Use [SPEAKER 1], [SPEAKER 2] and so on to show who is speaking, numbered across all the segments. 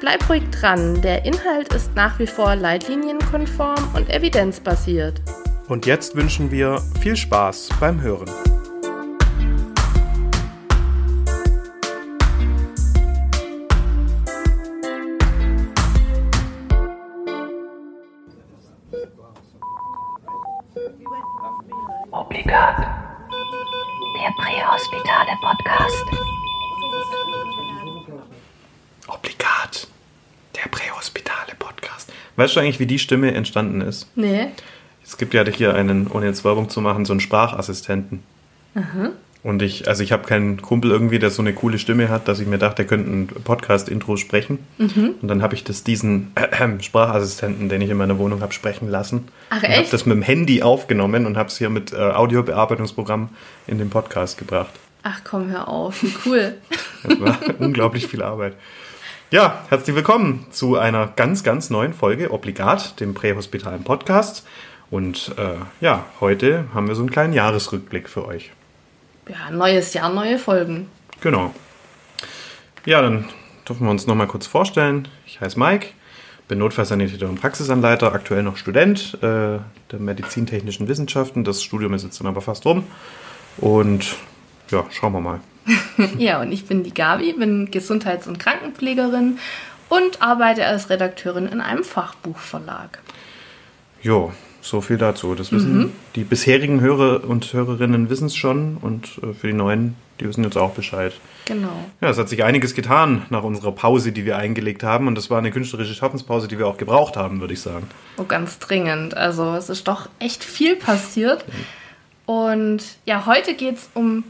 [SPEAKER 1] Bleib ruhig dran, der Inhalt ist nach wie vor leitlinienkonform und evidenzbasiert.
[SPEAKER 2] Und jetzt wünschen wir viel Spaß beim Hören.
[SPEAKER 3] Obligat. Der Prähospitale Podcast.
[SPEAKER 4] Obligat. Der Prähospitale Podcast. Weißt du eigentlich, wie die Stimme entstanden ist?
[SPEAKER 1] Nee,
[SPEAKER 4] Es gibt ja hier einen, ohne jetzt Werbung zu machen, so einen Sprachassistenten. Und ich, also ich habe keinen Kumpel irgendwie, der so eine coole Stimme hat, dass ich mir dachte, der könnte ein Podcast-Intro sprechen.
[SPEAKER 1] Mhm.
[SPEAKER 4] Und dann habe ich das diesen Sprachassistenten, den ich in meiner Wohnung habe, sprechen lassen.
[SPEAKER 1] Ach,
[SPEAKER 4] und habe
[SPEAKER 1] echt?
[SPEAKER 4] das mit dem Handy aufgenommen und habe es hier mit äh, Audiobearbeitungsprogramm in den Podcast gebracht.
[SPEAKER 1] ach komm, hör auf, wie cool.
[SPEAKER 4] Das war unglaublich viel Arbeit. Ja, herzlich willkommen zu einer ganz, ganz neuen Folge Obligat, dem Prähospitalen Podcast. Und äh, ja, heute haben wir so einen kleinen Jahresrückblick für euch.
[SPEAKER 1] Ja, neues Jahr, neue Folgen.
[SPEAKER 4] Genau. Ja, dann dürfen wir uns nochmal kurz vorstellen. Ich heiße Mike, bin Notfallsanitäter und Praxisanleiter, aktuell noch Student äh, der medizintechnischen Wissenschaften. Das Studium ist jetzt dann aber fast rum. Und ja, schauen wir mal.
[SPEAKER 1] Ja, und ich bin die Gabi, bin Gesundheits- und Krankenpflegerin und arbeite als Redakteurin in einem Fachbuchverlag.
[SPEAKER 4] Jo, so viel dazu. Das wissen die bisherigen Hörer und Hörerinnen wissen es schon und äh, für die Neuen, die wissen jetzt auch Bescheid.
[SPEAKER 1] Genau.
[SPEAKER 4] Ja, es hat sich einiges getan nach unserer Pause, die wir eingelegt haben und das war eine künstlerische Schaffenspause, die wir auch gebraucht haben, würde ich sagen.
[SPEAKER 1] So ganz dringend. Also es ist doch echt viel passiert. Und ja, heute geht es um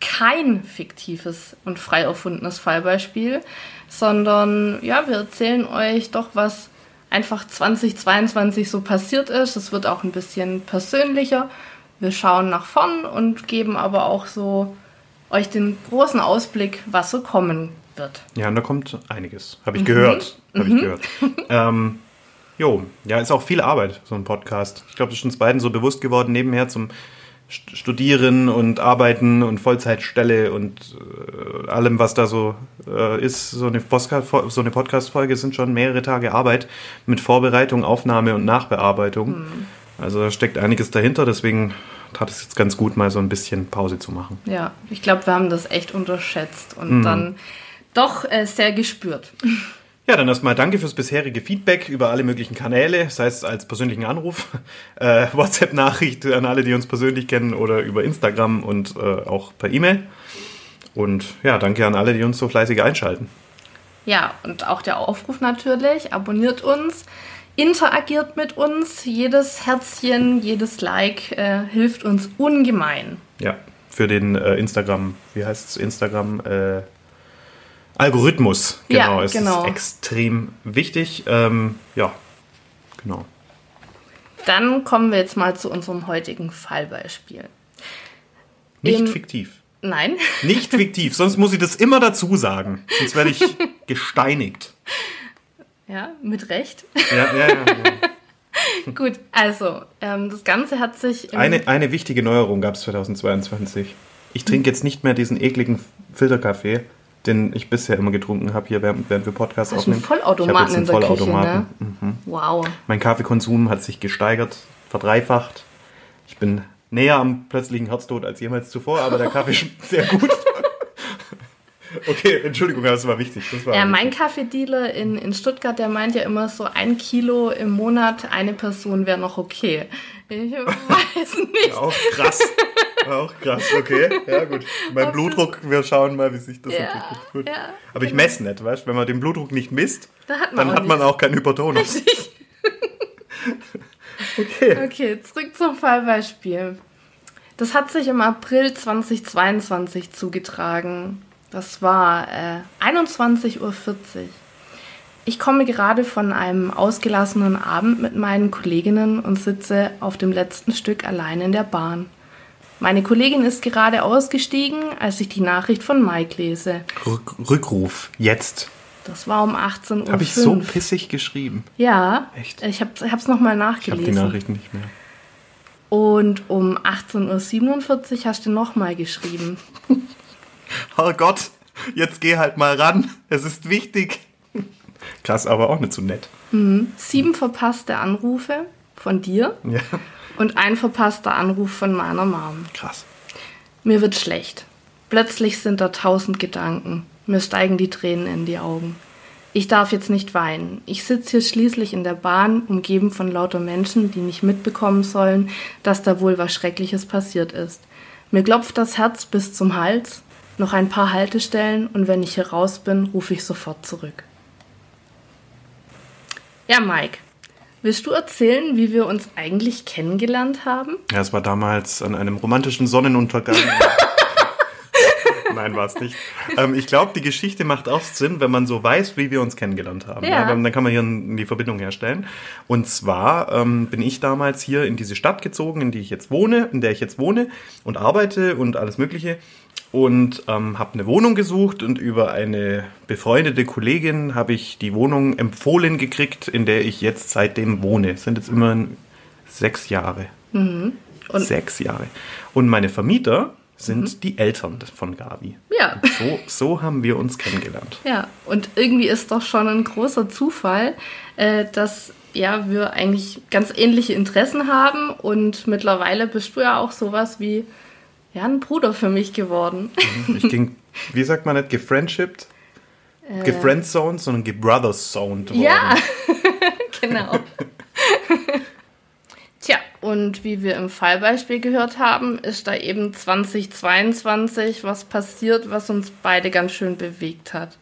[SPEAKER 1] kein fiktives und frei erfundenes Fallbeispiel, sondern ja, wir erzählen euch doch, was einfach 2022 so passiert ist. Es wird auch ein bisschen persönlicher. Wir schauen nach vorn und geben aber auch so euch den großen Ausblick, was so kommen wird.
[SPEAKER 4] Ja, und da kommt einiges. Habe ich gehört. Habe ich gehört. ähm, jo, ja, ist auch viel Arbeit, so ein Podcast. Ich glaube, das ist uns beiden so bewusst geworden, nebenher zum St- Studieren und Arbeiten und Vollzeitstelle und äh, allem, was da so äh, ist. So eine, Postka- so eine Podcast-Folge sind schon mehrere Tage Arbeit mit Vorbereitung, Aufnahme und Nachbearbeitung. Also da steckt einiges dahinter, deswegen tat es jetzt ganz gut, mal so ein bisschen Pause zu machen.
[SPEAKER 1] Ja, ich glaube, wir haben das echt unterschätzt
[SPEAKER 4] Mhm.
[SPEAKER 1] und dann doch äh, sehr gespürt.
[SPEAKER 4] Ja, dann erstmal danke fürs bisherige Feedback über alle möglichen Kanäle, sei es als persönlichen Anruf, äh, WhatsApp-Nachricht an alle, die uns persönlich kennen oder über Instagram und äh, auch per E-Mail. Und ja, danke an alle, die uns so fleißig einschalten.
[SPEAKER 1] Ja, und auch der Aufruf natürlich, abonniert uns, interagiert mit uns, jedes Herzchen, jedes Like äh, hilft uns ungemein.
[SPEAKER 4] Ja, für den äh, Instagram, wie heißt es, Instagram äh, Algorithmus.
[SPEAKER 1] Ja,
[SPEAKER 4] Genau, es
[SPEAKER 1] genau.
[SPEAKER 4] ist extrem wichtig. Ähm, ja, genau.
[SPEAKER 1] Dann kommen wir jetzt mal zu unserem heutigen Fallbeispiel.
[SPEAKER 4] Nicht
[SPEAKER 1] Im-
[SPEAKER 4] fiktiv.
[SPEAKER 1] Nein,
[SPEAKER 4] Nicht fiktiv, sonst muss ich das immer dazu sagen. Sonst werde ich gesteinigt.
[SPEAKER 1] ja, mit Recht.
[SPEAKER 4] Ja, ja, ja.
[SPEAKER 1] Gut, also, ähm, das Ganze hat sich im
[SPEAKER 4] Eine, eine wichtige Neuerung gab es 2022. Ich trinke jetzt nicht mehr diesen ekligen Filterkaffee, den ich bisher immer getrunken habe, hier während, während wir Podcasts
[SPEAKER 1] Hast du einen
[SPEAKER 4] aufnehmen.
[SPEAKER 1] Vollautomaten
[SPEAKER 4] ich hab
[SPEAKER 1] in
[SPEAKER 4] jetzt
[SPEAKER 1] der
[SPEAKER 4] einen
[SPEAKER 1] Küche,
[SPEAKER 4] Vollautomaten. Mhm.
[SPEAKER 1] ne? Wow.
[SPEAKER 4] Mein Kaffeekonsum hat sich gesteigert, verdreifacht. Ich bin näher am plötzlichen Herztod als jemals zuvor, aber der Kaffee schmeckt sehr gut. okay, Entschuldigung, aber das war wichtig. Das war
[SPEAKER 1] Ja,
[SPEAKER 4] wichtig.
[SPEAKER 1] mein Kaffeedealer in, in Stuttgart, der meint ja immer so, ein Kilo im Monat, eine Person wäre noch okay. Ich weiß nicht.
[SPEAKER 4] Auch krass. Auch krass, okay. Ja, gut. Mein Blutdruck, wir schauen mal, wie sich das
[SPEAKER 1] Ja,
[SPEAKER 4] entwickelt. Gut.
[SPEAKER 1] ja, genau.
[SPEAKER 4] Aber ich messe nicht, weißt du? Wenn man den Blutdruck nicht misst,
[SPEAKER 1] Da hat man
[SPEAKER 4] dann
[SPEAKER 1] auch
[SPEAKER 4] hat man
[SPEAKER 1] nichts.
[SPEAKER 4] auch keinen Hypertonus. okay.
[SPEAKER 1] Okay, zurück zum Fallbeispiel. Das hat sich im April 2022 zugetragen. Das war äh, 21.40 Uhr. Ich komme gerade von einem ausgelassenen Abend mit meinen Kolleginnen und sitze auf dem letzten Stück allein in der Bahn. Meine Kollegin ist gerade ausgestiegen, als ich die Nachricht von Mike lese.
[SPEAKER 4] Rück Rückruf, jetzt.
[SPEAKER 1] Das war um 18 Uhr.
[SPEAKER 4] Habe ich so pissig geschrieben.
[SPEAKER 1] Ja,
[SPEAKER 4] Echt?
[SPEAKER 1] ich habe es nochmal
[SPEAKER 4] Ich habe
[SPEAKER 1] nachgelesen.
[SPEAKER 4] die Nachricht nicht mehr.
[SPEAKER 1] Und um 18.47 Uhr hast du nochmal geschrieben.
[SPEAKER 4] Oh Gott, jetzt geh halt mal ran. Es ist wichtig. Krass, aber auch nicht so nett.
[SPEAKER 1] Sieben verpasste Anrufe von dir
[SPEAKER 4] Ja.
[SPEAKER 1] und ein verpasster Anruf von meiner Mom.
[SPEAKER 4] Krass.
[SPEAKER 1] Mir wird schlecht. Plötzlich sind da tausend Gedanken. Mir steigen die Tränen in die Augen. Ich darf jetzt nicht weinen. Ich sitze hier schließlich in der Bahn, umgeben von lauter Menschen, die nicht mitbekommen sollen, dass da wohl was Schreckliches passiert ist. Mir klopft das Herz bis zum Hals, noch ein paar Haltestellen und wenn ich hier raus bin, rufe ich sofort zurück. Ja, Mike, willst du erzählen, wie wir uns eigentlich kennengelernt haben?
[SPEAKER 4] Ja, es war damals an einem romantischen Sonnenuntergang. Nein, war es nicht. Ähm, ich glaube, die Geschichte macht auch Sinn, wenn man so weiß, wie wir uns kennengelernt haben.
[SPEAKER 1] Ja.
[SPEAKER 4] dann dann kann man hier n- die Verbindung herstellen. Und zwar ähm, bin ich damals hier in diese Stadt gezogen, in die ich jetzt wohne, in der ich jetzt wohne und arbeite und alles Mögliche. Und ähm, habe eine Wohnung gesucht und über eine befreundete Kollegin habe ich die Wohnung empfohlen gekriegt, in der ich jetzt seitdem wohne. Es sind jetzt immerhin sechs Jahre.
[SPEAKER 1] Und- Mhm.
[SPEAKER 4] sechs Jahre. Und meine Vermieter sind die Eltern von Gabi.
[SPEAKER 1] Ja.
[SPEAKER 4] Und So, so haben wir uns kennengelernt.
[SPEAKER 1] Ja, und irgendwie ist doch schon ein großer Zufall, äh, dass ja, wir eigentlich ganz ähnliche Interessen haben und mittlerweile bist du ja auch sowas wie ja, ein Bruder für mich geworden.
[SPEAKER 4] Ich ging, wie sagt man nicht, gefriendshipped? Gefriendzoned, sondern gebrotherzoned worden.
[SPEAKER 1] Äh. Ja, genau. Tja, und wie wir im Fallbeispiel gehört haben, ist da eben 2022 was passiert, was uns beide ganz schön bewegt hat.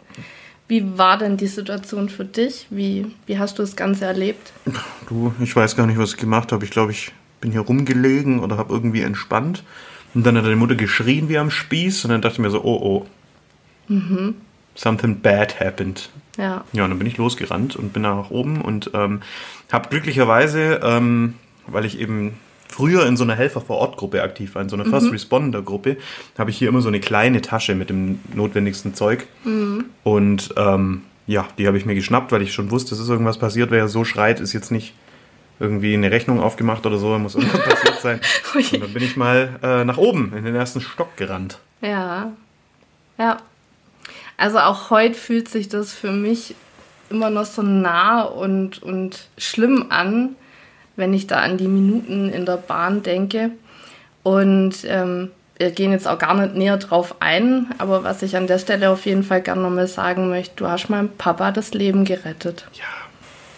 [SPEAKER 1] Wie war denn die Situation für dich? Wie, wie hast du das Ganze erlebt?
[SPEAKER 4] Du, ich weiß gar nicht, was ich gemacht habe. Ich glaube, ich bin hier rumgelegen oder habe irgendwie entspannt. Und dann hat deine Mutter geschrien wie am Spieß und dann dachte ich mir so, oh oh.
[SPEAKER 1] Mhm.
[SPEAKER 4] Something bad happened.
[SPEAKER 1] Ja.
[SPEAKER 4] Ja, und dann bin ich losgerannt und bin da nach oben und ähm, habe glücklicherweise, ähm, weil ich eben früher in so einer Helfer vor Ort Gruppe aktiv war, in so
[SPEAKER 1] Mhm.
[SPEAKER 4] einer First Responder Gruppe, habe ich hier immer so eine kleine Tasche mit dem notwendigsten Zeug.
[SPEAKER 1] Mhm.
[SPEAKER 4] Und ähm, ja, die habe ich mir geschnappt, weil ich schon wusste, es ist irgendwas passiert. Wer so schreit, ist jetzt nicht irgendwie eine Rechnung aufgemacht oder so, da muss irgendwas passiert sein.
[SPEAKER 1] Ui.
[SPEAKER 4] Und dann bin ich mal äh, nach oben in den ersten Stock gerannt.
[SPEAKER 1] Ja. Ja. Also auch heute fühlt sich das für mich immer noch so nah und, und schlimm an, wenn ich da an die Minuten in der Bahn denke. Und ähm, wir gehen jetzt auch gar nicht näher drauf ein, aber was ich an der Stelle auf jeden Fall gerne nochmal sagen möchte, du hast meinem Papa das Leben gerettet.
[SPEAKER 4] Ja,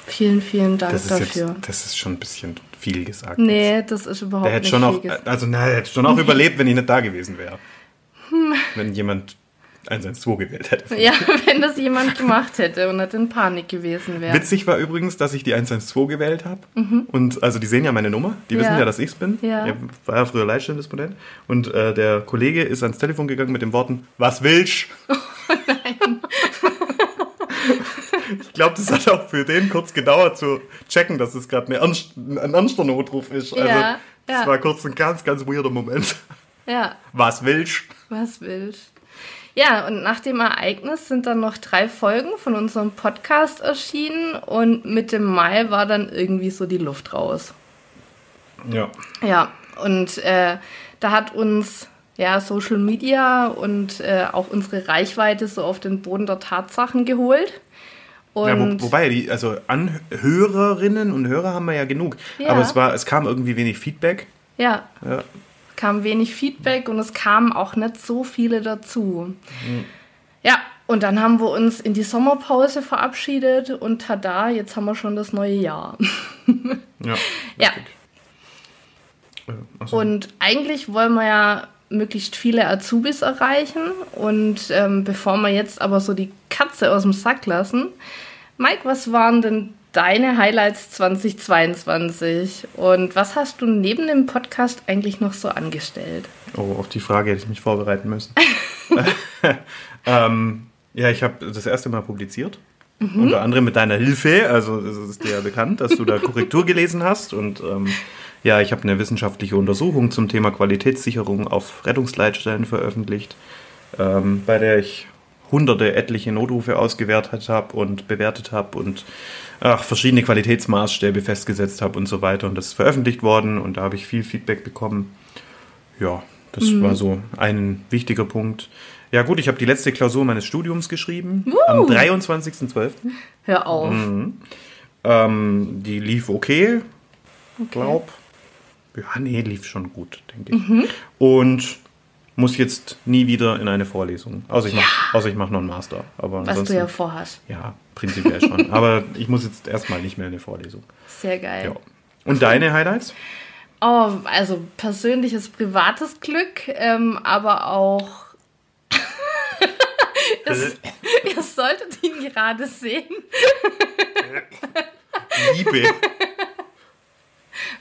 [SPEAKER 1] Vielen, vielen Dank
[SPEAKER 4] das ist
[SPEAKER 1] dafür.
[SPEAKER 4] jetzt, das ist schon ein bisschen viel gesagt. jetzt.
[SPEAKER 1] nee, das ist überhaupt
[SPEAKER 4] Der hätte
[SPEAKER 1] nicht
[SPEAKER 4] schon
[SPEAKER 1] viel
[SPEAKER 4] auch,
[SPEAKER 1] gesagt.
[SPEAKER 4] also na, der hätte schon auch überlebt, wenn ich nicht da gewesen wäre.
[SPEAKER 1] Hm.
[SPEAKER 4] Wenn jemand 112 gewählt hätte.
[SPEAKER 1] Ja, wenn das jemand gemacht hätte und nicht in Panik gewesen wäre.
[SPEAKER 4] Witzig war übrigens, dass ich die 112 gewählt habe. Und also die sehen ja meine Nummer, die wissen
[SPEAKER 1] Mhm. Ja.
[SPEAKER 4] ja, dass ich's bin.
[SPEAKER 1] Ja.
[SPEAKER 4] Ich war ja früher Leitstellendisponent. Und äh, der Kollege ist ans Telefon gegangen mit den Worten, was willst? Oh nein. ich glaube, das hat auch für den kurz gedauert zu checken, dass es gerade eine Ernst, ein ernster Notruf ist. Also
[SPEAKER 1] Ja,
[SPEAKER 4] das
[SPEAKER 1] ja.
[SPEAKER 4] war kurz ein ganz, ganz weirder Moment.
[SPEAKER 1] Ja.
[SPEAKER 4] Was willst?
[SPEAKER 1] Was willst? Ja, und nach dem Ereignis sind dann noch drei Folgen von unserem Podcast erschienen und Mitte Mai war dann irgendwie so die Luft raus.
[SPEAKER 4] Ja.
[SPEAKER 1] Ja, und äh, da hat uns ja Social Media und äh, auch unsere Reichweite so auf den Boden der Tatsachen geholt. Und
[SPEAKER 4] ja wo, wobei, die, also Anhörerinnen und Hörer haben wir ja genug.
[SPEAKER 1] Ja.
[SPEAKER 4] Aber es, war, es kam irgendwie wenig Feedback.
[SPEAKER 1] ja,
[SPEAKER 4] Ja.
[SPEAKER 1] kam wenig Feedback und es kamen auch nicht so viele dazu. Ja, und dann haben wir uns in die Sommerpause verabschiedet und tada, jetzt haben wir schon das neue Jahr.
[SPEAKER 4] Ja.
[SPEAKER 1] Ja,
[SPEAKER 4] Äh, achso.
[SPEAKER 1] und eigentlich wollen wir ja möglichst viele Azubis erreichen und ähm, bevor wir jetzt aber so die Katze aus dem Sack lassen, Mike, was waren denn deine Highlights 2022 und was hast du neben dem Podcast eigentlich noch so angestellt?
[SPEAKER 4] Oh, auf die Frage hätte ich mich vorbereiten müssen. ähm, ja, ich habe das erste Mal publiziert. Unter anderem mit deiner Hilfe. Also es ist dir ja bekannt, dass du da Korrektur gelesen hast. Und ähm, ja, ich habe eine wissenschaftliche Untersuchung zum Thema Qualitätssicherung auf Rettungsleitstellen veröffentlicht, ähm, bei der ich hunderte etliche Notrufe ausgewertet habe und bewertet habe und ach, verschiedene Qualitätsmaßstäbe festgesetzt habe und so weiter. Und das ist veröffentlicht worden und da habe ich viel Feedback bekommen. Ja, das war
[SPEAKER 1] Mhm.
[SPEAKER 4] so ein wichtiger Punkt. Ja gut, ich habe die letzte Klausur meines Studiums geschrieben, am 23.12.
[SPEAKER 1] Hör auf.
[SPEAKER 4] Mhm, Ähm, die lief okay, glaub. Ja, nee, lief schon gut, denke ich.
[SPEAKER 1] Mhm.
[SPEAKER 4] Und muss jetzt nie wieder in eine Vorlesung. Außer ich mache außer ich mach noch einen Master. Aber
[SPEAKER 1] Was
[SPEAKER 4] ansonsten,
[SPEAKER 1] du ja vorhast.
[SPEAKER 4] ja, prinzipiell schon. Aber ich muss jetzt erstmal nicht mehr in eine Vorlesung.
[SPEAKER 1] Sehr geil.
[SPEAKER 4] Ja. Und deine Highlights?
[SPEAKER 1] Oh, also persönliches, privates Glück, ähm, aber auch. Ihr solltet ihn gerade sehen.
[SPEAKER 4] Liebe.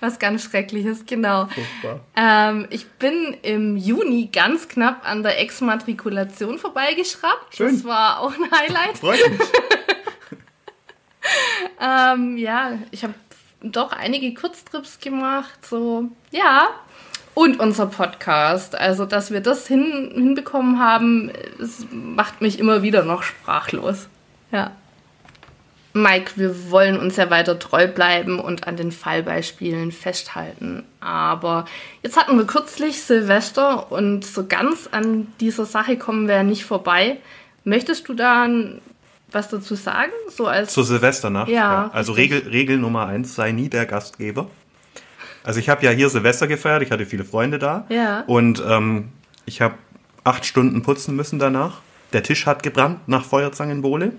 [SPEAKER 1] Was ganz Schreckliches, genau.
[SPEAKER 4] Furchtbar.
[SPEAKER 1] Ähm, ich bin im Juni ganz knapp an der Exmatrikulation vorbeigeschraubt.
[SPEAKER 4] Schön.
[SPEAKER 1] Das war auch ein Highlight.
[SPEAKER 4] Freut mich.
[SPEAKER 1] Ähm, ja, ich habe doch einige Kurztrips gemacht, so, ja. Und unser Podcast. Also, dass wir das hin, hinbekommen haben, es macht mich immer wieder noch sprachlos. Ja. Mike, wir wollen uns ja weiter treu bleiben und an den Fallbeispielen festhalten. Aber jetzt hatten wir kürzlich Silvester und so ganz an dieser Sache kommen wir ja nicht vorbei. Möchtest du da was dazu sagen? So als
[SPEAKER 4] Zur Silvesternacht.
[SPEAKER 1] Ja,
[SPEAKER 4] Also Regel, Regel Nummer eins, sei nie der Gastgeber. Also ich habe ja hier Silvester gefeiert, ich hatte viele Freunde da.
[SPEAKER 1] Ja.
[SPEAKER 4] Und ähm, ich habe acht Stunden putzen müssen danach. Der Tisch hat gebrannt nach Feuerzangenbowle.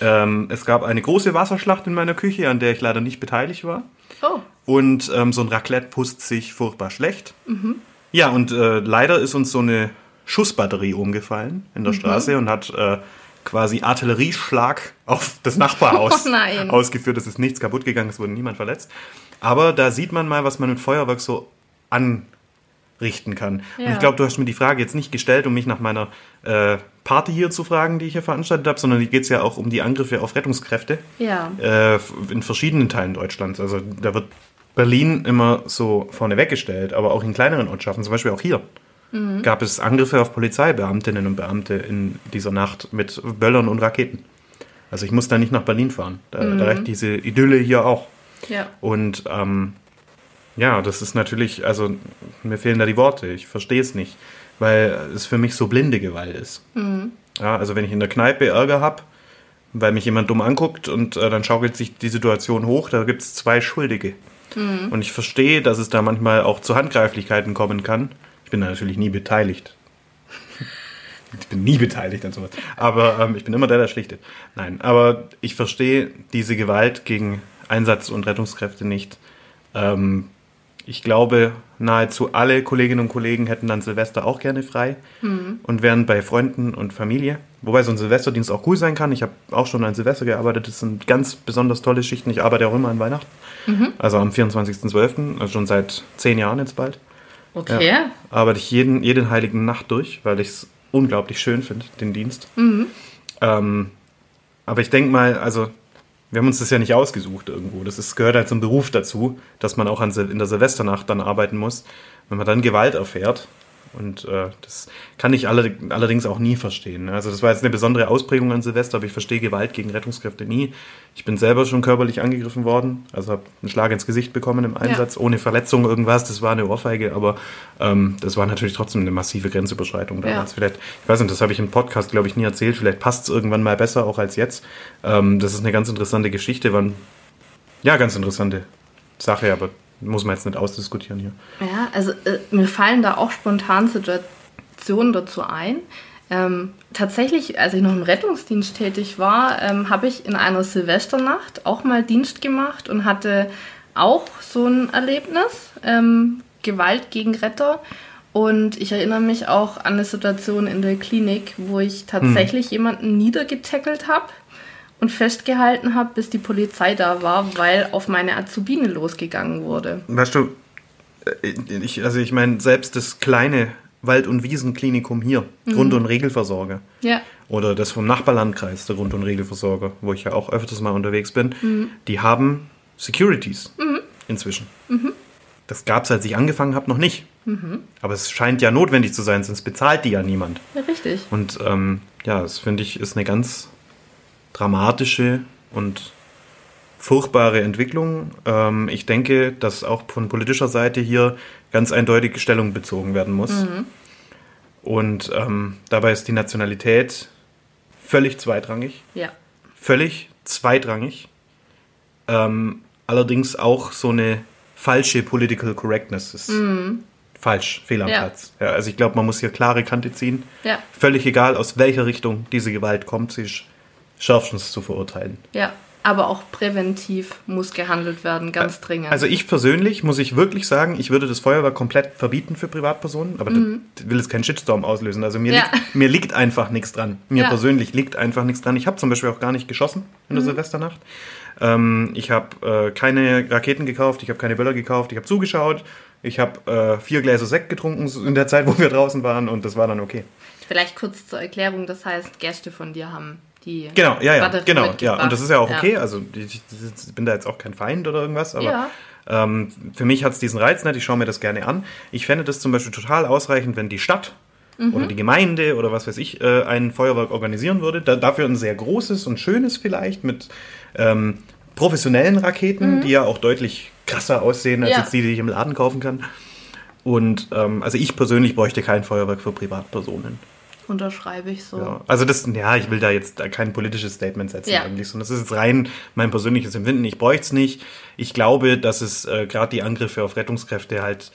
[SPEAKER 4] Ähm, es gab eine große Wasserschlacht in meiner Küche, an der ich leider nicht beteiligt war.
[SPEAKER 1] Oh,
[SPEAKER 4] Und ähm, so ein Raclette pusst sich furchtbar schlecht.
[SPEAKER 1] Mhm.
[SPEAKER 4] Ja, und äh, leider ist uns so eine Schussbatterie umgefallen in der
[SPEAKER 1] Mhm.
[SPEAKER 4] Straße und hat äh, quasi Artillerieschlag auf das Nachbarhaus
[SPEAKER 1] Oh nein.
[SPEAKER 4] ausgeführt. Es ist nichts kaputt gegangen, es wurde niemand verletzt. Aber da sieht man mal, was man mit Feuerwerk so anrichten kann. Und
[SPEAKER 1] Ja.
[SPEAKER 4] ich glaube, du hast mir die Frage jetzt nicht gestellt, um mich nach meiner äh, Party hier zu fragen, die ich hier veranstaltet habe, sondern hier geht es ja auch um die Angriffe auf Rettungskräfte
[SPEAKER 1] ja.
[SPEAKER 4] äh, in verschiedenen Teilen Deutschlands. Also da wird Berlin immer so vorne weggestellt, aber auch in kleineren Ortschaften, zum Beispiel auch hier, gab es Angriffe auf Polizeibeamtinnen und Beamte in dieser Nacht mit Böllern und Raketen. Also ich muss da nicht nach Berlin fahren. Da, da reicht diese Idylle hier auch.
[SPEAKER 1] Ja.
[SPEAKER 4] Und ähm, ja, das ist natürlich, also mir fehlen da die Worte, ich verstehe es nicht, weil es für mich so blinde Gewalt ist. Ja, also wenn ich in der Kneipe Ärger habe, weil mich jemand dumm anguckt und äh, dann schaukelt sich die Situation hoch, da gibt es zwei Schuldige. Und ich verstehe, dass es da manchmal auch zu Handgreiflichkeiten kommen kann. Ich bin da natürlich nie beteiligt. Ich bin nie beteiligt an sowas. Aber ähm, ich bin immer der, der schlichtet. Nein, aber ich verstehe diese Gewalt gegen Einsatz- und Rettungskräfte nicht. Ähm, ich glaube, nahezu alle Kolleginnen und Kollegen hätten dann Silvester auch gerne frei und wären bei Freunden und Familie. Wobei so ein Silvesterdienst auch cool sein kann. Ich habe auch schon an Silvester gearbeitet. Das sind ganz besonders tolle Schichten. Ich arbeite auch immer an Weihnachten. Also am 24.12., also schon seit zehn Jahren jetzt bald.
[SPEAKER 1] Okay.
[SPEAKER 4] Ja. Arbeite ich jeden, jeden heiligen Nacht durch, weil ich es unglaublich schön finde, den Dienst. Ähm, aber ich denke mal, also wir haben uns das ja nicht ausgesucht irgendwo. Das ist, gehört halt zum Beruf dazu, dass man auch an, Sil- in der Silvesternacht dann arbeiten muss, wenn man dann Gewalt erfährt. Und äh, das kann ich alle, allerdings auch nie verstehen. Also das war jetzt eine besondere Ausprägung an Silvester, aber ich verstehe Gewalt gegen Rettungskräfte nie. Ich bin selber schon körperlich angegriffen worden, also habe einen Schlag ins Gesicht bekommen im Einsatz, ohne Verletzung irgendwas. Das war eine Ohrfeige, aber ähm, das war natürlich trotzdem eine massive Grenzüberschreitung damals.
[SPEAKER 1] Ja.
[SPEAKER 4] Vielleicht, ich weiß nicht, das habe ich im Podcast, glaube ich, nie erzählt. Vielleicht passt es irgendwann mal besser auch als jetzt. Ähm, das ist eine ganz interessante Geschichte. Wann, ja, ganz interessante Sache, aber muss man jetzt nicht ausdiskutieren hier.
[SPEAKER 1] Ja, also äh, mir fallen da auch spontan Situationen dazu ein. Ähm, tatsächlich, als ich noch im Rettungsdienst tätig war, ähm, habe ich in einer Silvesternacht auch mal Dienst gemacht und hatte auch so ein Erlebnis, ähm, Gewalt gegen Retter. Und ich erinnere mich auch an eine Situation in der Klinik, wo ich tatsächlich jemanden niedergetackelt habe und festgehalten habe, bis die Polizei da war, weil auf meine Azubine losgegangen wurde.
[SPEAKER 4] Weißt du, äh, ich, also ich meine, selbst das kleine Wald- und Wiesenklinikum hier, Grund- und Regelversorger.
[SPEAKER 1] Ja.
[SPEAKER 4] Oder das vom Nachbarlandkreis, der Grund- und Regelversorger, wo ich ja auch öfters mal unterwegs bin. Die haben Securities inzwischen. Das gab es, als ich angefangen habe, noch nicht. Aber es scheint ja notwendig zu sein, sonst bezahlt die ja niemand.
[SPEAKER 1] ja, richtig.
[SPEAKER 4] Und ähm, ja, das finde ich ist eine ganz dramatische und furchtbare Entwicklung. Ähm, ich denke, dass auch von politischer Seite hier ganz eindeutig Stellung bezogen werden muss. Und ähm, dabei ist die Nationalität völlig zweitrangig.
[SPEAKER 1] Ja.
[SPEAKER 4] Völlig zweitrangig. Ähm, allerdings auch so eine falsche Political Correctness ist. Falsch, Fehl am
[SPEAKER 1] Mhm. Ja.
[SPEAKER 4] Platz. Ja, also ich glaube, man muss hier klare Kante ziehen.
[SPEAKER 1] Ja.
[SPEAKER 4] Völlig egal, aus welcher Richtung diese Gewalt kommt, sie ist schärfstens zu verurteilen.
[SPEAKER 1] Ja. Aber auch präventiv muss gehandelt werden, ganz dringend.
[SPEAKER 4] Also ich persönlich muss ich wirklich sagen, ich würde das Feuerwerk komplett verbieten für Privatpersonen, aber das will es keinen Shitstorm auslösen. Also mir,
[SPEAKER 1] Mhm. Ja.
[SPEAKER 4] liegt, mir liegt einfach nichts dran. Mir
[SPEAKER 1] Ja. Mhm.
[SPEAKER 4] persönlich liegt einfach nichts dran. Ich habe zum Beispiel auch gar nicht geschossen in der Silvesternacht. Ähm, ich habe äh, keine Raketen gekauft, ich habe keine Böller gekauft, ich habe zugeschaut. Ich habe äh, vier Gläser Sekt getrunken in der Zeit, wo wir draußen waren und das war dann okay.
[SPEAKER 1] Vielleicht kurz zur Erklärung, das heißt, Gäste von dir haben die
[SPEAKER 4] Genau, ja, ja,
[SPEAKER 1] Batterie
[SPEAKER 4] genau, ja.
[SPEAKER 1] mitgebracht.
[SPEAKER 4] Und das ist ja auch okay. Also ich, ich bin da jetzt auch kein Feind oder irgendwas, aber
[SPEAKER 1] Ja.
[SPEAKER 4] ähm, für mich hat es diesen Reiz nicht. Ich schaue mir das gerne an. Ich fände das zum Beispiel total ausreichend, wenn die Stadt
[SPEAKER 1] Mhm.
[SPEAKER 4] oder die Gemeinde oder was weiß ich äh, ein Feuerwerk organisieren würde. Da, dafür ein sehr großes und schönes vielleicht mit ähm, professionellen Raketen, die ja auch deutlich krasser aussehen als
[SPEAKER 1] Mhm. Ja.
[SPEAKER 4] jetzt die, die ich im Laden kaufen kann. Und ähm, also ich persönlich bräuchte kein Feuerwerk für Privatpersonen.
[SPEAKER 1] Unterschreibe ich so.
[SPEAKER 4] Ja, also das, ja, ich will da jetzt da kein politisches Statement setzen
[SPEAKER 1] Ja.
[SPEAKER 4] eigentlich, sondern das ist jetzt rein mein persönliches Empfinden. Ich bräuchte es nicht. Ich glaube, dass es äh, gerade die Angriffe auf Rettungskräfte halt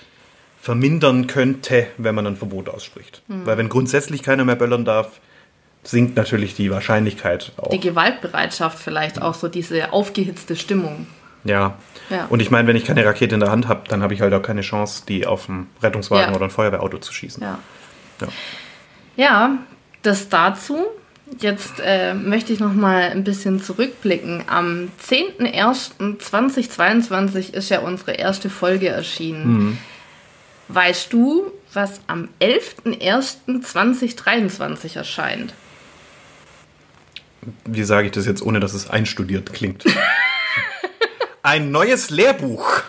[SPEAKER 4] vermindern könnte, wenn man ein Verbot ausspricht.
[SPEAKER 1] Hm.
[SPEAKER 4] Weil wenn grundsätzlich keiner mehr böllern darf, sinkt natürlich die Wahrscheinlichkeit auch.
[SPEAKER 1] Die Gewaltbereitschaft vielleicht auch so, diese aufgehitzte Stimmung.
[SPEAKER 4] ja.
[SPEAKER 1] Ja.
[SPEAKER 4] Und ich meine, wenn ich keine Rakete in der Hand habe, dann habe ich halt auch keine Chance, die auf einen Rettungswagen
[SPEAKER 1] Ja.
[SPEAKER 4] oder ein Feuerwehrauto zu schießen.
[SPEAKER 1] Ja.
[SPEAKER 4] Ja.
[SPEAKER 1] Ja, das dazu. Jetzt äh, möchte ich noch mal ein bisschen zurückblicken. Am 10.01.2022 ist ja unsere erste Folge erschienen. Weißt du, was am 11.01.2023 erscheint?
[SPEAKER 4] Wie sage ich das jetzt, ohne dass es einstudiert klingt? Ein neues Lehrbuch.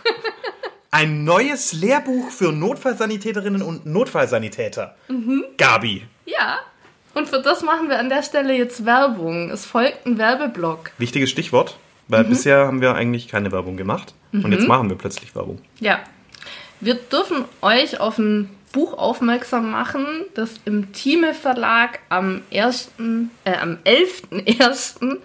[SPEAKER 4] Ein neues Lehrbuch für Notfallsanitäterinnen und Notfallsanitäter. Gabi,
[SPEAKER 1] Ja, und für das machen wir an der Stelle jetzt Werbung. Es folgt ein Werbeblock.
[SPEAKER 4] wichtiges Stichwort, weil bisher haben wir eigentlich keine Werbung gemacht und jetzt machen wir plötzlich Werbung.
[SPEAKER 1] Ja. Wir dürfen euch auf ein Buch aufmerksam machen, das im Thieme Verlag am 1., äh, am 11.01.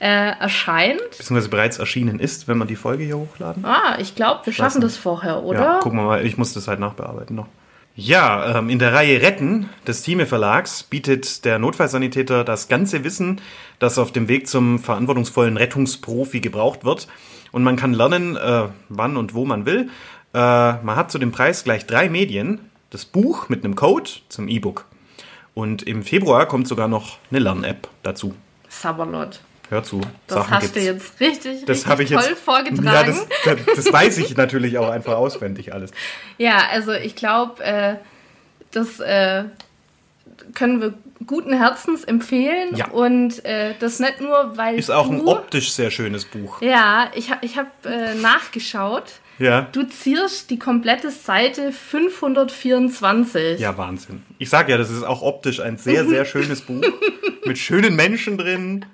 [SPEAKER 1] Äh, erscheint.
[SPEAKER 4] Beziehungsweise bereits erschienen ist, wenn wir die Folge hier hochladen.
[SPEAKER 1] Ah, ich glaube, wir schaffen
[SPEAKER 4] nicht.
[SPEAKER 1] das vorher, oder?
[SPEAKER 4] Ja, gucken wir mal, ich muss das halt nachbearbeiten noch. Ja, ähm, in der Reihe Retten des Thieme Verlags bietet der Notfallsanitäter das ganze Wissen, das auf dem Weg zum verantwortungsvollen Rettungsprofi gebraucht wird. Und man kann lernen, äh, wann und wo man will. Äh, man hat zu dem Preis gleich drei Medien, das Buch mit einem Code zum E-Book. Und im Februar kommt sogar noch eine Lern-App dazu.
[SPEAKER 1] Sabberlot.
[SPEAKER 4] Hör zu,
[SPEAKER 1] Das hast du
[SPEAKER 4] gibt's.
[SPEAKER 1] jetzt richtig,
[SPEAKER 4] Das habe
[SPEAKER 1] richtig
[SPEAKER 4] ich
[SPEAKER 1] toll
[SPEAKER 4] jetzt.
[SPEAKER 1] vorgetragen.
[SPEAKER 4] Ja, das, das, das weiß ich natürlich auch einfach auswendig alles.
[SPEAKER 1] Ja, also ich glaube, äh, das äh, können wir guten Herzens empfehlen.
[SPEAKER 4] Ja.
[SPEAKER 1] Und äh, das nicht nur, weil.
[SPEAKER 4] Ist auch ein
[SPEAKER 1] du,
[SPEAKER 4] optisch sehr schönes Buch.
[SPEAKER 1] Ja, ich habe ich hab, äh, nachgeschaut.
[SPEAKER 4] Ja.
[SPEAKER 1] Du zierst die komplette Seite 524.
[SPEAKER 4] Ja, Wahnsinn. Ich sag ja, das ist auch optisch ein sehr, sehr schönes Buch. Mit schönen Menschen drin.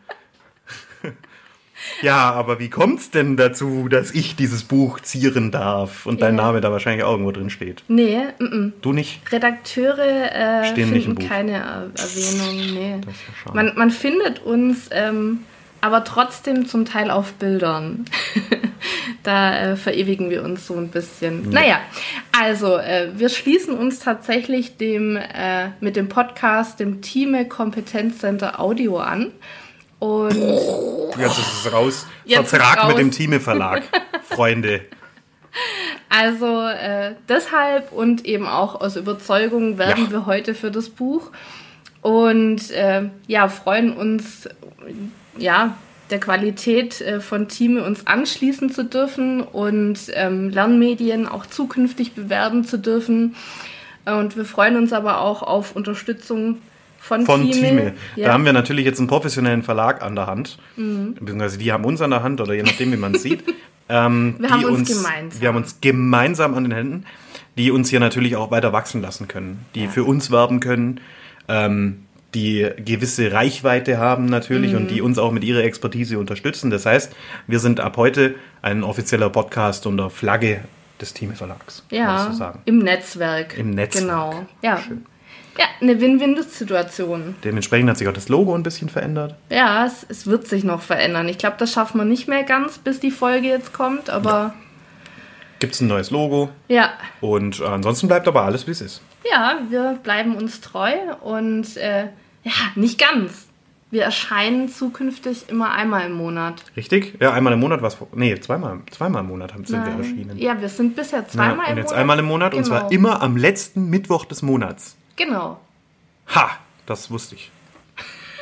[SPEAKER 4] Ja, aber wie kommt's denn dazu, dass ich dieses Buch zieren darf und dein
[SPEAKER 1] Ja.
[SPEAKER 4] Name da wahrscheinlich auch irgendwo drin steht?
[SPEAKER 1] Nee, mm-mm.
[SPEAKER 4] Du nicht?
[SPEAKER 1] Redakteure äh,
[SPEAKER 4] Stehen nicht im
[SPEAKER 1] finden
[SPEAKER 4] Buch.
[SPEAKER 1] keine Er- Erwähnung. Nee.
[SPEAKER 4] Das ist ja schade.
[SPEAKER 1] man, man findet uns ähm, aber trotzdem zum Teil auf Bildern. da äh, verewigen wir uns so ein bisschen. Naja, also äh, wir schließen uns tatsächlich dem, äh, mit dem Podcast, dem Team Kompetenzcenter Audio an. Und
[SPEAKER 4] Jetzt ist es raus.
[SPEAKER 1] Oh. Jetzt ist
[SPEAKER 4] Vertrag
[SPEAKER 1] es raus.
[SPEAKER 4] mit dem Thieme Verlag, Freunde.
[SPEAKER 1] Also äh, deshalb und eben auch aus Überzeugung werben
[SPEAKER 4] Ja.
[SPEAKER 1] wir heute für das Buch und äh, ja freuen uns äh, ja der Qualität äh, von Thieme uns anschließen zu dürfen und ähm, Lernmedien auch zukünftig bewerben zu dürfen. Und wir freuen uns aber auch auf Unterstützung von,
[SPEAKER 4] von Thieme. Da
[SPEAKER 1] Ja. Mhm.
[SPEAKER 4] haben wir natürlich jetzt einen professionellen Verlag an der Hand, beziehungsweise die haben uns an der Hand oder je nachdem, wie man es sieht. Ähm,
[SPEAKER 1] Wir
[SPEAKER 4] die
[SPEAKER 1] haben uns gemeinsam.
[SPEAKER 4] Wir haben uns gemeinsam an den Händen, die uns hier natürlich auch weiter wachsen lassen können, die für uns werben können, ähm, die gewisse Reichweite haben natürlich und
[SPEAKER 1] Mhm.
[SPEAKER 4] die uns auch mit ihrer Expertise unterstützen. Das heißt, wir sind ab heute ein offizieller Podcast unter Flagge des Thieme Verlags, kann man
[SPEAKER 1] ja,
[SPEAKER 4] so sagen.
[SPEAKER 1] im Netzwerk.
[SPEAKER 4] Im Netzwerk.
[SPEAKER 1] Genau. Ja,
[SPEAKER 4] Schön.
[SPEAKER 1] ja eine Win-Win-Situation.
[SPEAKER 4] Dementsprechend hat sich auch das Logo ein bisschen verändert.
[SPEAKER 1] Ja, es, es wird sich noch verändern. Ich glaube, das schafft man nicht mehr ganz, bis die Folge jetzt kommt, aber
[SPEAKER 4] Gibt es ein neues Logo?
[SPEAKER 1] ja.
[SPEAKER 4] Und äh, ansonsten bleibt aber alles, wie es ist.
[SPEAKER 1] Ja, wir bleiben uns treu und äh, ja, nicht ganz. Wir erscheinen zukünftig immer einmal im Monat.
[SPEAKER 4] Richtig? Ja, einmal im Monat was. Nee, zweimal, zweimal im Monat haben- sind wir
[SPEAKER 1] Nein.
[SPEAKER 4] erschienen.
[SPEAKER 1] Ja, wir sind bisher
[SPEAKER 4] Na,
[SPEAKER 1] zweimal
[SPEAKER 4] und
[SPEAKER 1] im
[SPEAKER 4] jetzt
[SPEAKER 1] Monat.
[SPEAKER 4] einmal im Monat und
[SPEAKER 1] genau.
[SPEAKER 4] zwar immer am letzten Mittwoch des Monats.
[SPEAKER 1] Genau.
[SPEAKER 4] Ha! Das wusste ich.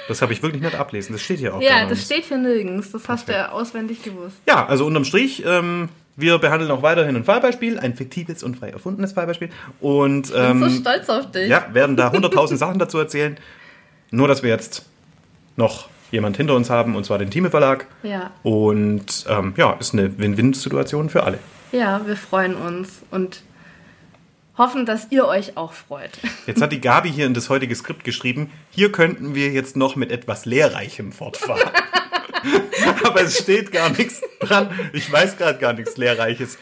[SPEAKER 4] Das habe ich wirklich nicht ablesen. Das steht hier auch.
[SPEAKER 1] Ja,
[SPEAKER 4] bei
[SPEAKER 1] das
[SPEAKER 4] uns.
[SPEAKER 1] steht hier nirgends. Das hast du ja auswendig gewusst.
[SPEAKER 4] Ja, also unterm Strich, ähm, wir behandeln auch weiterhin ein Fallbeispiel, ein fiktives und frei erfundenes Fallbeispiel. Und
[SPEAKER 1] Ich
[SPEAKER 4] ähm,
[SPEAKER 1] bin so stolz auf dich.
[SPEAKER 4] ja, werden da 100.000 Sachen dazu erzählen. Nur, dass wir jetzt noch jemand hinter uns haben, und zwar den Thieme Verlag.
[SPEAKER 1] Ja.
[SPEAKER 4] Und ähm, ja, ist eine Win-Win-Situation für alle.
[SPEAKER 1] ja, wir freuen uns und hoffen, dass ihr euch auch freut.
[SPEAKER 4] Jetzt hat die Gabi hier in das heutige Skript geschrieben, hier könnten wir jetzt noch mit etwas Lehrreichem fortfahren. Aber es steht gar nichts dran. Ich weiß gerade gar nichts Lehrreiches.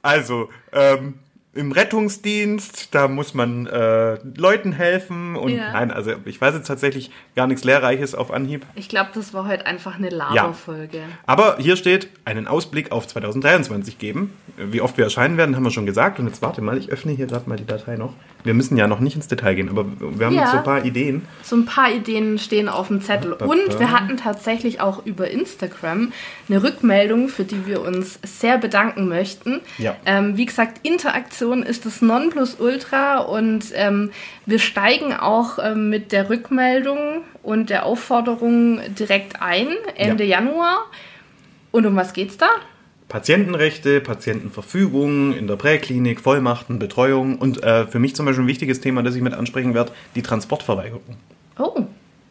[SPEAKER 4] Also, ähm, im Rettungsdienst, da muss man äh, Leuten helfen. Und
[SPEAKER 1] Ja.
[SPEAKER 4] nein, also ich weiß jetzt tatsächlich gar nichts Lehrreiches auf Anhieb.
[SPEAKER 1] Ich glaube, das war heute einfach eine Laberfolge.
[SPEAKER 4] Aber hier steht, einen Ausblick auf 2023 geben. Wie oft wir erscheinen werden, haben wir schon gesagt. Und jetzt warte mal, ich öffne hier gerade mal die Datei noch. Wir müssen ja noch nicht ins Detail gehen, aber wir haben
[SPEAKER 1] Ja.
[SPEAKER 4] jetzt so ein paar Ideen.
[SPEAKER 1] So ein paar Ideen stehen auf dem Zettel.
[SPEAKER 4] Ba-ba-ba.
[SPEAKER 1] Und wir hatten tatsächlich auch über Instagram eine Rückmeldung, für die wir uns sehr bedanken möchten.
[SPEAKER 4] Ja.
[SPEAKER 1] Ähm, wie gesagt, Interaktion ist das Nonplusultra und ähm, wir steigen auch ähm, mit der Rückmeldung und der Aufforderung direkt ein, Ende Januar. Und um was geht's da?
[SPEAKER 4] Patientenrechte, Patientenverfügung in der Präklinik, Vollmachten, Betreuung und äh, für mich zum Beispiel ein wichtiges Thema, das ich mit ansprechen werde, die Transportverweigerung.
[SPEAKER 1] Oh,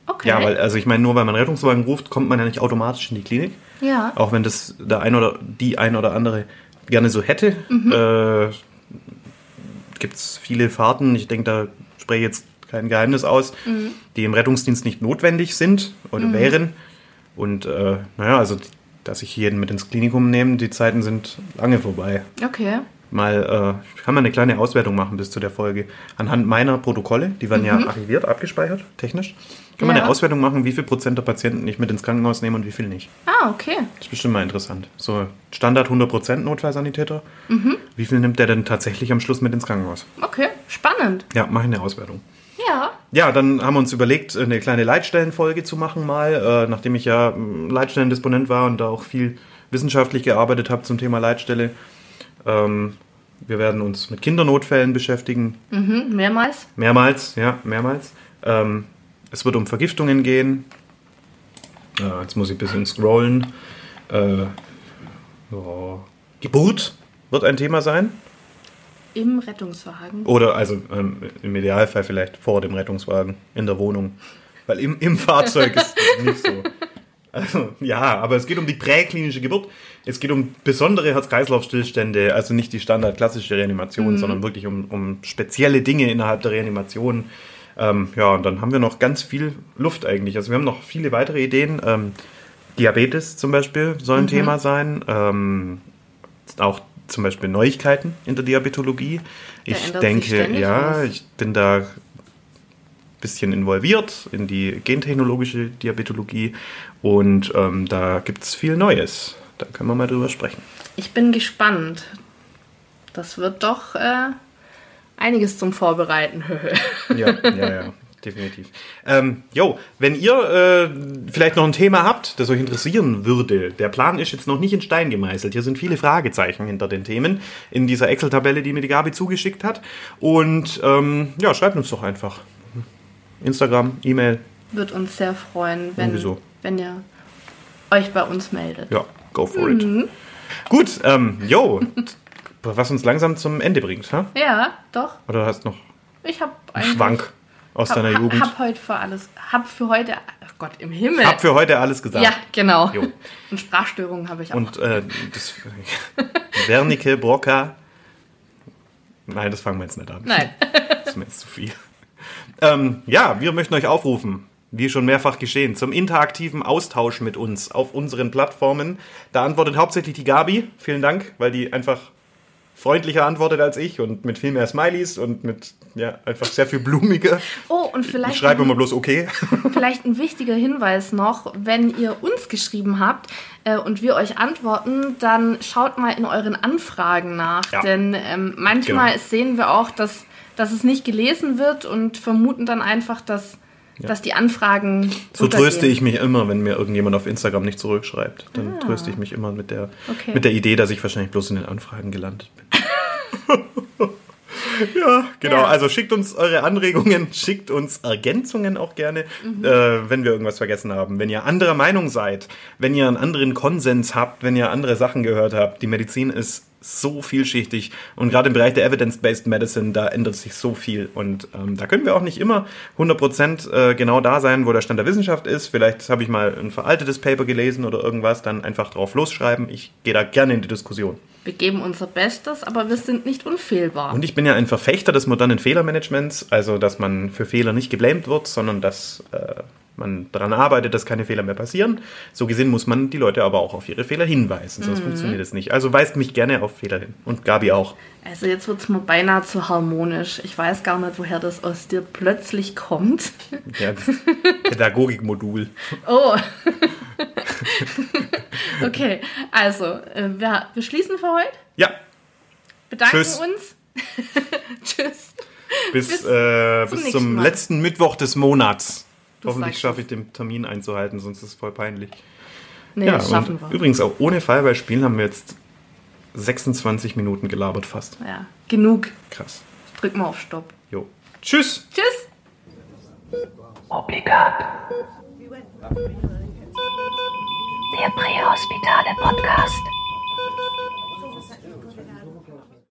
[SPEAKER 1] okay.
[SPEAKER 4] Ja, weil, also ich meine, nur weil man Rettungswagen ruft, kommt man ja nicht automatisch in die Klinik.
[SPEAKER 1] Ja.
[SPEAKER 4] äh, Auch wenn das der ein oder die ein oder andere gerne so hätte. Äh, Gibt es viele Fahrten, ich denke, da spreche ich jetzt kein Geheimnis aus, die im Rettungsdienst nicht notwendig sind oder wären. Und äh, naja, also dass ich jeden mit ins Klinikum nehme, die Zeiten sind lange vorbei.
[SPEAKER 1] Okay.
[SPEAKER 4] Mal, äh, ich kann mal eine kleine Auswertung machen bis zu der Folge. Anhand meiner Protokolle, die werden ja archiviert, abgespeichert, technisch. Kann man
[SPEAKER 1] Ja.
[SPEAKER 4] eine Auswertung machen, wie viel Prozent der Patienten ich mit ins Krankenhaus nehme und wie viel nicht.
[SPEAKER 1] Ah, okay.
[SPEAKER 4] Das ist bestimmt mal interessant. So, Standard 100% Notfallsanitäter. Wie viel nimmt der denn tatsächlich am Schluss mit ins Krankenhaus?
[SPEAKER 1] Okay. Spannend.
[SPEAKER 4] Ja, mache ich eine Auswertung.
[SPEAKER 1] Ja.
[SPEAKER 4] Ja, dann haben wir uns überlegt, eine kleine Leitstellenfolge zu machen mal, äh, nachdem ich ja mh, Leitstellendisponent war und da auch viel wissenschaftlich gearbeitet habe zum Thema Leitstelle. Ähm, wir werden uns mit Kindernotfällen beschäftigen,
[SPEAKER 1] Mhm, mehrmals.
[SPEAKER 4] mehrmals, ja, mehrmals. Ähm, es wird um Vergiftungen gehen. Äh, jetzt muss ich ein bisschen scrollen. Äh, ja. Geburt wird ein Thema sein.
[SPEAKER 1] Im Rettungswagen.
[SPEAKER 4] Oder also ähm, im Idealfall vielleicht vor dem Rettungswagen in der Wohnung. Weil im, im Fahrzeug ist das nicht so. Also, ja, aber es geht um die präklinische Geburt. Es geht um besondere Herz-Kreislauf-Stillstände, also nicht die standardklassische Reanimation, sondern wirklich um, um spezielle Dinge innerhalb der Reanimation. Ähm, ja, und dann haben wir noch ganz viel Luft eigentlich. Also wir haben noch viele weitere Ideen. Ähm, Diabetes zum Beispiel soll
[SPEAKER 1] Mhm.
[SPEAKER 4] ein Thema sein. Ähm, auch zum Beispiel Neuigkeiten in der Diabetologie. Ich
[SPEAKER 1] ändert sich
[SPEAKER 4] denke,
[SPEAKER 1] ständig
[SPEAKER 4] ja,
[SPEAKER 1] was.
[SPEAKER 4] ich bin da ein bisschen involviert in die gentechnologische Diabetologie und ähm, da gibt es viel Neues. Da können wir mal drüber sprechen.
[SPEAKER 1] Ich bin gespannt. Das wird doch äh, einiges zum Vorbereiten.
[SPEAKER 4] Ja, ja, ja. Definitiv. Ähm, jo, wenn ihr äh, vielleicht noch ein Thema habt, das euch interessieren würde, der Plan ist jetzt noch nicht in Stein gemeißelt. Hier sind viele Fragezeichen hinter den Themen in dieser Excel-Tabelle, die mir die Gabi zugeschickt hat. Und ähm, ja, schreibt uns doch einfach. Instagram, E-Mail,
[SPEAKER 1] wird uns sehr freuen, wenn,
[SPEAKER 4] Irgendwie so.
[SPEAKER 1] wenn ihr euch bei uns meldet.
[SPEAKER 4] ja, go for
[SPEAKER 1] Mhm.
[SPEAKER 4] it. Gut, ähm, jo, was uns langsam zum Ende bringt, ha?
[SPEAKER 1] Ja, doch.
[SPEAKER 4] Oder hast noch
[SPEAKER 1] ich habe
[SPEAKER 4] Ein Schwank aus deiner Jugend.
[SPEAKER 1] Hab heute für alles. Hab für heute. Oh Gott im Himmel.
[SPEAKER 4] Hab für heute alles gesagt.
[SPEAKER 1] ja, genau.
[SPEAKER 4] Jo.
[SPEAKER 1] Und Sprachstörungen habe ich auch.
[SPEAKER 4] Und äh, das Wernicke, Brocker. Nein, das fangen wir jetzt nicht an.
[SPEAKER 1] Nein.
[SPEAKER 4] Das ist mir jetzt zu viel. Ähm, ja, wir möchten euch aufrufen, wie schon mehrfach geschehen, zum interaktiven Austausch mit uns auf unseren Plattformen. Da antwortet hauptsächlich die Gabi. Vielen Dank, weil die einfach freundlicher antwortet als ich und mit viel mehr Smileys und mit ja, einfach sehr viel blumiger.
[SPEAKER 1] Oh, und vielleicht.
[SPEAKER 4] Ich schreibe immer bloß okay.
[SPEAKER 1] Vielleicht ein wichtiger Hinweis noch, wenn ihr uns geschrieben habt äh, und wir euch antworten, dann schaut mal in euren Anfragen nach.
[SPEAKER 4] Ja.
[SPEAKER 1] Denn ähm, manchmal
[SPEAKER 4] Genau.
[SPEAKER 1] sehen wir auch, dass, dass es nicht gelesen wird und vermuten dann einfach, dass, dass die Anfragen.
[SPEAKER 4] So
[SPEAKER 1] untergehen.
[SPEAKER 4] tröste ich mich immer, wenn mir irgendjemand auf Instagram nicht zurückschreibt. Dann tröste ich mich immer mit der,
[SPEAKER 1] Ah. Okay.
[SPEAKER 4] mit der Idee, dass ich wahrscheinlich bloß in den Anfragen gelandet bin. ja, genau.
[SPEAKER 1] Ja.
[SPEAKER 4] Also schickt uns eure Anregungen, schickt uns Ergänzungen auch gerne, äh, wenn wir irgendwas vergessen haben. Wenn ihr anderer Meinung seid, wenn ihr einen anderen Konsens habt, wenn ihr andere Sachen gehört habt. Die Medizin ist so vielschichtig und gerade im Bereich der Evidence-Based Medicine, da ändert sich so viel und ähm, da können wir auch nicht immer 100% äh, genau da sein, wo der Stand der Wissenschaft ist. Vielleicht habe ich mal ein veraltetes Paper gelesen oder irgendwas, dann einfach drauf losschreiben. Ich gehe da gerne in die Diskussion.
[SPEAKER 1] Wir geben unser Bestes, aber wir sind nicht unfehlbar.
[SPEAKER 4] Und ich bin ja ein Verfechter des modernen Fehlermanagements, also dass man für Fehler nicht geblämt wird, sondern dass äh, man daran arbeitet, dass keine Fehler mehr passieren. So gesehen muss man die Leute aber auch auf ihre Fehler hinweisen,
[SPEAKER 1] Mhm.
[SPEAKER 4] sonst funktioniert es nicht. Also weist mich gerne auf Fehler hin. Und Gabi auch.
[SPEAKER 1] Also jetzt wird es mir beinahe zu harmonisch. Ich weiß gar nicht, woher das aus dir plötzlich kommt.
[SPEAKER 4] Ja, das Pädagogikmodul.
[SPEAKER 1] Oh. okay, also, äh, wir, wir schließen für heute.
[SPEAKER 4] Ja,
[SPEAKER 1] Bedanken
[SPEAKER 4] Tschüss.
[SPEAKER 1] uns. Tschüss.
[SPEAKER 4] bis,
[SPEAKER 1] Bis
[SPEAKER 4] äh,
[SPEAKER 1] zum
[SPEAKER 4] bis
[SPEAKER 1] nächsten
[SPEAKER 4] zum
[SPEAKER 1] Mal.
[SPEAKER 4] letzten Mittwoch des Monats.
[SPEAKER 1] Das
[SPEAKER 4] Hoffentlich
[SPEAKER 1] sagst du.
[SPEAKER 4] schaffe ich den Termin einzuhalten, sonst ist es voll peinlich.
[SPEAKER 1] Nee,
[SPEAKER 4] ja,
[SPEAKER 1] das schaffen
[SPEAKER 4] und
[SPEAKER 1] wir.
[SPEAKER 4] übrigens auch ohne Fallbeispielen haben wir jetzt 26 Minuten gelabert fast.
[SPEAKER 1] Ja, genug.
[SPEAKER 4] Krass.
[SPEAKER 1] Drück mal auf Stopp.
[SPEAKER 4] Jo. Tschüss.
[SPEAKER 1] Tschüss.
[SPEAKER 3] Obligat. Der Prähospitale Podcast.